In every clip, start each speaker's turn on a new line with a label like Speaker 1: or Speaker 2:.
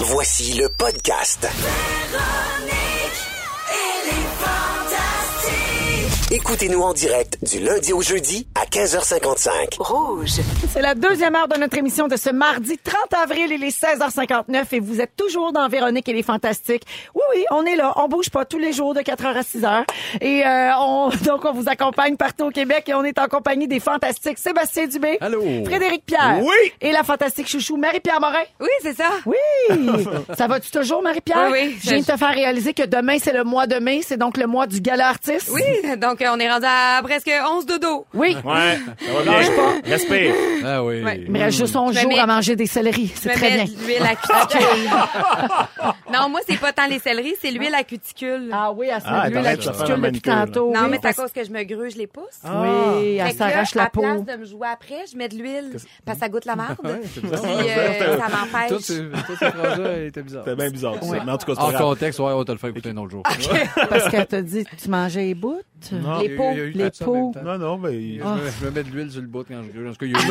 Speaker 1: Voici le podcast. Écoutez-nous en direct du lundi au jeudi à 15h55.
Speaker 2: C'est la deuxième heure de notre émission de ce mardi 30 avril. Il est 16h59 et vous êtes toujours dans Véronique et les Fantastiques. Oui, oui, on est là. On bouge pas tous les jours de 4h à 6h. Et euh, on, donc, on vous accompagne partout au Québec et on est en compagnie des Fantastiques Sébastien Dubé.
Speaker 3: Allô.
Speaker 2: Frédéric Pierre.
Speaker 3: Oui.
Speaker 2: Et la Fantastique Chouchou Marie-Pierre Morin.
Speaker 4: Oui, c'est ça.
Speaker 2: Oui! Ça va-tu toujours, Marie-Pierre?
Speaker 4: Oui, oui.
Speaker 2: Je viens de te faire réaliser que demain, c'est le mois de mai. C'est donc le mois du gala artiste.
Speaker 4: Oui, donc euh, on est rendu à presque 11 dodo.
Speaker 2: Oui.
Speaker 5: Ouais, ça va bien.
Speaker 2: pas.
Speaker 5: Respire.
Speaker 3: Ah oui.
Speaker 4: Ouais.
Speaker 2: Il me reste juste 11
Speaker 4: Je
Speaker 2: jours
Speaker 4: mets-
Speaker 2: à manger des céleris. C'est
Speaker 4: Je
Speaker 2: très
Speaker 4: vais
Speaker 2: bien.
Speaker 4: mettre de l'huile à cuticule. non, moi, c'est pas tant les céleris, c'est l'huile à cuticule.
Speaker 2: Ah oui, elle se
Speaker 5: Ah,
Speaker 2: met de l'huile à
Speaker 5: t'arrêtes de faire
Speaker 2: cuticule
Speaker 5: la
Speaker 2: depuis
Speaker 5: manucure, là.
Speaker 2: tantôt.
Speaker 4: non,
Speaker 2: oui.
Speaker 4: mais c'est à cause que je me gruge les pouces.
Speaker 2: Ah. Oui,
Speaker 4: Fait
Speaker 2: elle
Speaker 4: que
Speaker 2: s'arrache
Speaker 4: là,
Speaker 2: la peau.
Speaker 4: À place de me jouer après, je mets de l'huile. Parce que ça goûte la marde. Puis
Speaker 3: bizarre.
Speaker 4: euh, ça
Speaker 3: Tout
Speaker 4: m'empêche.
Speaker 3: ces phrases-là étaient bizarres.
Speaker 5: C'est bien bizarre. tout ça. Mais en tout cas, c'est
Speaker 3: En
Speaker 5: pas grave.
Speaker 3: contexte, ouais, on te le fait écouter un autre
Speaker 4: Ah,
Speaker 3: jour.
Speaker 2: Parce qu'elle t'a dit, tu mangeais les bouts.
Speaker 5: Non.
Speaker 4: Les peaux.
Speaker 2: les peaux.
Speaker 5: Non, non, mais.
Speaker 4: Ah.
Speaker 3: Je, me, je me mets de l'huile sur le bout quand je gruge. En tout cas, il y a eu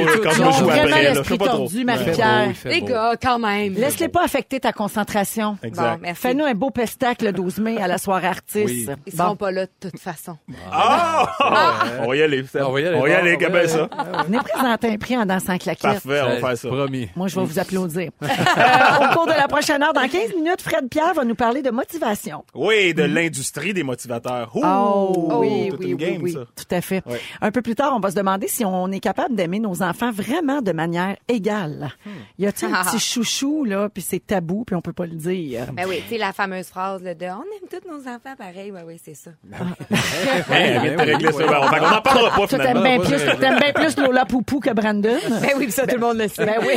Speaker 5: Non, c'est pas trop, quand
Speaker 2: Ils
Speaker 5: moi,
Speaker 2: ont
Speaker 5: je joue
Speaker 2: vraiment
Speaker 5: après, là, je
Speaker 2: l'esprit
Speaker 5: sais pas trop.
Speaker 2: tordu,
Speaker 3: Il fait
Speaker 2: Marie-Pierre.
Speaker 3: beau, il fait
Speaker 4: Les
Speaker 3: beau.
Speaker 4: gars, quand même.
Speaker 2: Laisse-les pas affecter ta concentration.
Speaker 4: Bon,
Speaker 5: Exact.
Speaker 4: merci.
Speaker 2: Fais-nous un beau pestacle le 12 mai à la soirée artiste.
Speaker 3: Oui.
Speaker 4: Ils
Speaker 2: Bon,
Speaker 4: seront pas là de toute façon.
Speaker 5: Ah! On va y aller. Seb.
Speaker 3: Ah,
Speaker 5: On va y aller,
Speaker 3: bon,
Speaker 5: capable ça.
Speaker 2: euh, venez présenter un prix en dansant claquette.
Speaker 5: Parfait, Mm. on va faire ça.
Speaker 3: Euh, Promis.
Speaker 2: Moi, je vais vous applaudir. Euh, au cours de la prochaine heure, dans 15 minutes, Fred Pierre va nous parler de motivation.
Speaker 5: Oui, de l'industrie des motivateurs. Ouh,
Speaker 2: Oh,
Speaker 5: toute une game, ça.
Speaker 2: Tout à fait.
Speaker 5: Ouais.
Speaker 2: Un peu plus tard, on va se demander si on est capable d'aimer nos enfants vraiment de manière égale.
Speaker 5: Hmm.
Speaker 2: Y a-t-il un petit chouchou, là, puis c'est tabou, puis on peut pas le dire.
Speaker 4: Ben oui, tu sais, la fameuse phrase là, de « On aime tous nos enfants pareil ». Ouais, oui, c'est ça.
Speaker 5: Hey, arrête de régler ça. Ben, on on en parlera pas,
Speaker 2: Toi, t'aimes
Speaker 5: finalement.
Speaker 2: bien
Speaker 3: moi,
Speaker 2: plus,
Speaker 3: j'aurais-
Speaker 2: t'aimes bien plus Lola Poupou que Brandon.
Speaker 4: Ben oui, ça, tout le monde le sait.
Speaker 2: Ben oui.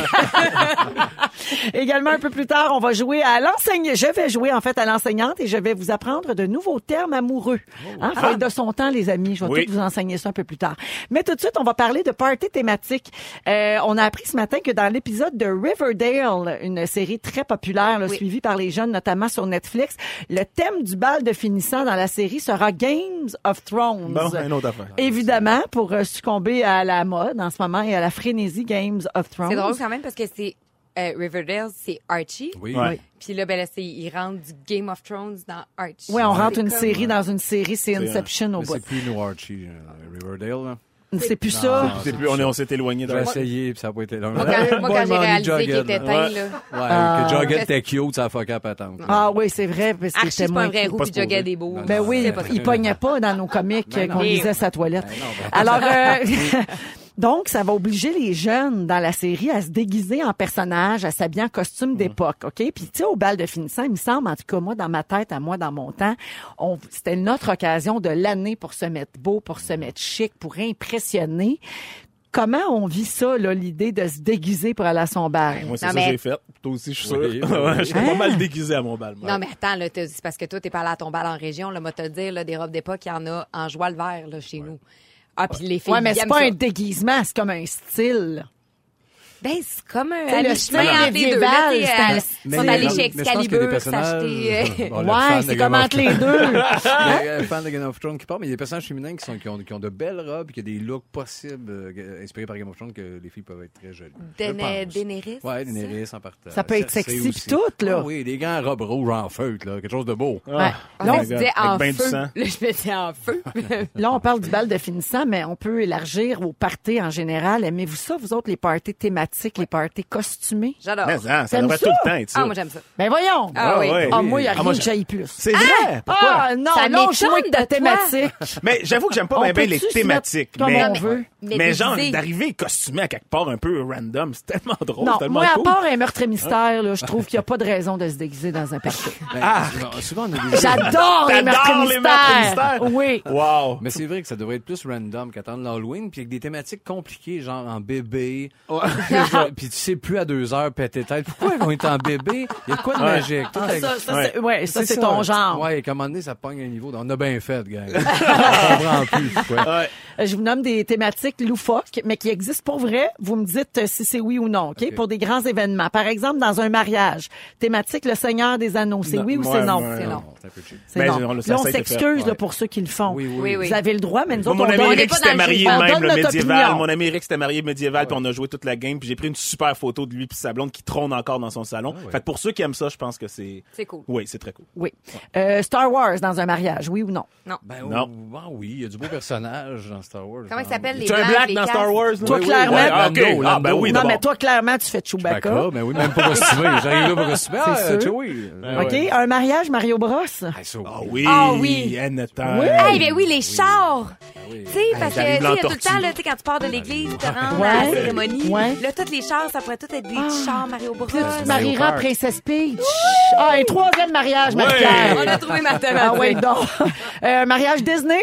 Speaker 2: Également, un peu plus tard, on va jouer à l'enseigne. Je vais jouer, en fait, à l'enseignante et je vais vous apprendre de nouveaux termes amoureux.
Speaker 4: Oh.
Speaker 2: Hein, faut être de son temps, les amis. Je vais
Speaker 5: Oui.
Speaker 2: tout vous enseigner ça un peu plus tard. Mais tout de suite, on va parler de party thématique. Euh, on a appris ce matin que dans l'épisode de Riverdale, une série très populaire, là,
Speaker 4: Oui.
Speaker 2: suivie par les jeunes, notamment sur Netflix, le thème du bal de finissant dans la série sera Games of Thrones.
Speaker 5: Bon, une autre affaire.
Speaker 2: Évidemment, pour euh, succomber à la mode en ce moment et à la frénésie Games of Thrones.
Speaker 4: C'est drôle quand même parce que c'est euh, Riverdale, c'est Archie.
Speaker 3: Oui.
Speaker 5: Ouais.
Speaker 4: Puis là, ben là, c'est, ils rentrent du Game of Thrones dans Archie.
Speaker 2: Oui, on
Speaker 4: C'est
Speaker 2: rentre une
Speaker 4: comme-
Speaker 2: série dans une série, c'est euh, Inception au
Speaker 3: Mais
Speaker 2: bout.
Speaker 3: c'est plus New Archie, euh, Riverdale. là.
Speaker 2: C'est plus ça.
Speaker 5: C'est plus, on est- on s'est éloigné de
Speaker 3: J'ai
Speaker 5: la
Speaker 3: essayé, puis ça n'a pas été long.
Speaker 4: Moi, quand, moi,
Speaker 3: Boy
Speaker 4: quand j'ai
Speaker 3: Money
Speaker 4: réalisé qu'il
Speaker 3: Jughead,
Speaker 4: était
Speaker 3: là.
Speaker 4: teint,
Speaker 5: Ouais.
Speaker 4: là.
Speaker 3: Ouais, que Jughead
Speaker 4: Ah.
Speaker 3: était cute, ça a fucké à patente.
Speaker 2: Ah oui, c'est vrai, parce que
Speaker 4: Archie,
Speaker 2: c'était
Speaker 4: c'est pas
Speaker 2: moins
Speaker 4: un vrai
Speaker 2: cool.
Speaker 4: roux,
Speaker 3: pas
Speaker 4: puis
Speaker 3: se poser.
Speaker 4: Jughead est beau.
Speaker 3: Non,
Speaker 2: Ben
Speaker 3: Ah non,
Speaker 2: oui,
Speaker 4: C'est
Speaker 3: pas
Speaker 2: il
Speaker 3: possible.
Speaker 2: pognait pas dans nos comics euh,
Speaker 3: non. ben
Speaker 2: qu'on lisait sa toilette. Alors, euh, donc, ça va obliger les jeunes dans la série à se déguiser en personnage, à s'habiller en
Speaker 3: Mhm.
Speaker 2: costume d'époque, OK? Puis, tu sais, au bal de finissant, il me semble, en tout cas, moi, dans ma tête, à moi, dans mon temps, on- c'était notre occasion de l'année pour se mettre beau, pour se mettre chic, pour impressionner. Comment on vit ça, là, l'idée de se déguiser pour aller à son
Speaker 3: Ben,
Speaker 2: bal?
Speaker 5: Moi, c'est
Speaker 4: Non,
Speaker 5: ça que
Speaker 4: mais-
Speaker 5: j'ai fait. Toi aussi, je suis sûr.
Speaker 3: Oui, oui.
Speaker 5: J'étais pas mal déguisé à mon bal. moi.
Speaker 4: Non, mais attends, là, t'as- c'est parce que toi, t'es pas allé à ton bal en région. Là, moi, te dire, là, des robes d'époque, il y en a en joie le vert, là, chez nous. Ah, puis les filles,
Speaker 2: Ouais, mais
Speaker 4: ils
Speaker 2: c'est
Speaker 4: aiment
Speaker 2: pas
Speaker 4: ça.
Speaker 2: un déguisement, c'est comme un style.
Speaker 4: Ben, c'est comme un
Speaker 2: C'est le
Speaker 4: à mi-chemin
Speaker 2: style
Speaker 4: entre les deux. là,
Speaker 2: médiéval,
Speaker 4: tu sais,
Speaker 2: c'est un-
Speaker 4: euh, Ils sont allés chez
Speaker 3: mais je pense qu'il y a des
Speaker 4: Excalibur s'acheter...
Speaker 3: personnages-
Speaker 4: euh,
Speaker 3: Bon, Ah, le
Speaker 2: ouais,
Speaker 3: fan de
Speaker 2: c'est
Speaker 3: Game
Speaker 2: comme
Speaker 3: of
Speaker 2: entre les deux.
Speaker 3: Il y a un euh, fan de Game of Thrones qui part, mais il y a des personnages féminins qui, sont, qui, ont, qui ont de belles robes, qui ont des looks possibles euh, inspirés par Game of Thrones, que les filles peuvent être très jolies. Je
Speaker 4: Daené-
Speaker 3: pense.
Speaker 4: Daenerys,
Speaker 3: Ouais,
Speaker 4: c'est
Speaker 3: Daenerys en partant.
Speaker 2: Ça peut être
Speaker 3: Cersei
Speaker 2: sexy
Speaker 3: aussi.
Speaker 2: pis tout, là.
Speaker 3: Ah oui, des gants en robe rouge en feutre, là, quelque chose de beau.
Speaker 2: Ouais.
Speaker 4: Ah,
Speaker 2: Là,
Speaker 4: on
Speaker 2: on-
Speaker 4: se disait en
Speaker 5: ben du
Speaker 4: feu.
Speaker 5: sang.
Speaker 4: Là, je me disais en feu.
Speaker 2: Là, on parle du bal de finissant, mais on peut élargir aux parties en général. Aimez-vous ça, vous autres, les parties thématiques, les parties costumées?
Speaker 4: J'adore.
Speaker 5: Mais hein, ça
Speaker 2: T'aimes
Speaker 5: devrait
Speaker 2: ça?
Speaker 5: tout le temps être ça.
Speaker 4: Ah, moi, j'aime ça.
Speaker 2: Ben voyons!
Speaker 4: Ah, oui.
Speaker 5: ouais.
Speaker 2: Ah, moi, il n'y a
Speaker 5: Ah,
Speaker 2: rien
Speaker 5: moi,
Speaker 2: que j'aille plus.
Speaker 5: C'est vrai! Pourquoi?
Speaker 2: Ah, non,
Speaker 4: Ça
Speaker 2: non, je
Speaker 4: m'étonne
Speaker 2: moins que
Speaker 4: de
Speaker 2: ta
Speaker 4: toi.
Speaker 2: thématique.
Speaker 5: Mais j'avoue que j'aime pas
Speaker 2: On
Speaker 5: bien ben
Speaker 2: peut-tu
Speaker 5: les
Speaker 2: se mettre
Speaker 5: thématiques.
Speaker 2: comme
Speaker 5: mais
Speaker 2: on veut?
Speaker 5: mais,
Speaker 4: Mais
Speaker 5: genre,
Speaker 4: déguisé.
Speaker 5: d'arriver costumé à quelque part un peu random, c'est tellement drôle,
Speaker 2: non,
Speaker 5: oh, c'est tellement
Speaker 2: moi, à
Speaker 5: cool.
Speaker 2: part un meurtre et mystère, là, je trouve qu'il n'y a pas de raison de se déguiser dans un party.
Speaker 3: Ben, souvent- souvent, on a des-
Speaker 2: Ah! J'adore les
Speaker 5: T'adores
Speaker 2: meurtres et
Speaker 5: les meurtres et
Speaker 2: mystères!
Speaker 5: mystères?
Speaker 2: Oui.
Speaker 5: Wow!
Speaker 3: Mais c'est vrai que ça devrait être plus random qu'attendre l'Halloween, puis avec des thématiques compliquées, genre en bébé. puis tu sais plus à deux heures péter tête. Pourquoi ils vont être en bébé? Il y a de quoi de magique? Tout avec-
Speaker 2: Ah, Ça, ça, c'est-
Speaker 3: Ben,
Speaker 2: ouais, ça, c'est ton genre.
Speaker 3: Ouais, comme à un moment donné, ça pogne un niveau. On a bien fait, gars. on comprend plus. quoi.
Speaker 5: Ouais.
Speaker 2: Euh, Je vous nomme des thématiques loufoques, mais qui existent pour vrai. Vous me dites euh, si c'est oui ou non, OK?
Speaker 3: OK.
Speaker 2: Pour des grands événements. Par exemple, dans un mariage. Thématique Le Seigneur des Anneaux. C'est oui ou
Speaker 5: ouais,
Speaker 2: c'est non?
Speaker 5: ouais,
Speaker 2: C'est
Speaker 5: non.
Speaker 2: non.
Speaker 3: C'est un peu cheap.
Speaker 2: C'est
Speaker 5: Ben,
Speaker 2: non.
Speaker 5: on le- ça,
Speaker 2: Là, on
Speaker 5: ça a été fait.
Speaker 2: s'excuse là,
Speaker 3: Ouais.
Speaker 2: pour ceux qui le font.
Speaker 3: Oui, oui.
Speaker 4: Oui, oui.
Speaker 2: Vous avez le droit, mais nous
Speaker 5: Moi,
Speaker 2: autres,
Speaker 5: mon
Speaker 2: on
Speaker 5: ami
Speaker 2: donne-
Speaker 4: est
Speaker 5: Eric
Speaker 4: pas
Speaker 5: s'était
Speaker 4: dans le
Speaker 5: marié
Speaker 4: jugement.
Speaker 2: On
Speaker 5: même,
Speaker 2: donne
Speaker 5: le
Speaker 2: notre
Speaker 5: médiéval.
Speaker 2: opinion.
Speaker 5: Mon ami Eric s'était marié médiéval, puis on a joué toute la game, puis puis j'ai pris une super photo de lui puis sa blonde qui trône encore dans son salon. Fait que pour ceux qui aiment ça, je pense que c'est.
Speaker 4: C'est cool.
Speaker 5: Oui, c'est très cool.
Speaker 2: Oui. Euh, Star Wars dans un mariage, oui ou non?
Speaker 4: Non.
Speaker 3: Ben,
Speaker 5: Non.
Speaker 3: oh, ah oui, il y a du beau personnage dans Star Wars.
Speaker 4: Comment il
Speaker 3: Ah,
Speaker 4: s'appelle les
Speaker 5: Tu as un
Speaker 4: blancs,
Speaker 5: black
Speaker 4: les
Speaker 5: dans
Speaker 4: castes?
Speaker 5: Star Wars? là?
Speaker 2: Toi,
Speaker 5: Oui, oui.
Speaker 2: clairement.
Speaker 5: Ouais, ah, ok.
Speaker 3: Lando,
Speaker 5: Ah, ben
Speaker 3: Lando.
Speaker 5: oui,
Speaker 2: non,
Speaker 5: d'abord.
Speaker 2: mais toi, clairement, tu fais Chewbacca.
Speaker 3: Chewbacca, ben oui, même pas costumé. J'arrive là pas costumé. Ah,
Speaker 2: C'est sûr.
Speaker 3: Chewie.
Speaker 2: OK, un mariage Mario Bros.
Speaker 3: Ah, ça, oui.
Speaker 5: Ah oui.
Speaker 4: Ah oui.
Speaker 5: Anatole.
Speaker 2: Oui.
Speaker 4: Hey, ben oui, les chars! Tu sais, parce que, tu sais,
Speaker 5: j'arrive
Speaker 4: il y a tout
Speaker 5: l'entortue.
Speaker 4: le temps, là, tu sais, quand tu pars de l'église, tu te rends
Speaker 2: Ouais.
Speaker 4: à la cérémonie.
Speaker 2: Ouais. Ah.
Speaker 4: Là, toutes les chars, ça pourrait tout être des petits chars Mario Bros.
Speaker 2: Puis là, tu te
Speaker 3: Mario
Speaker 2: marieras à
Speaker 3: Kart.
Speaker 2: Princesse Peach. Ah, un troisième mariage, Marie-Pierre.
Speaker 4: On a trouvé ma thème à
Speaker 2: Ah oui,
Speaker 4: dire.
Speaker 2: donc. Euh, mariage Disney?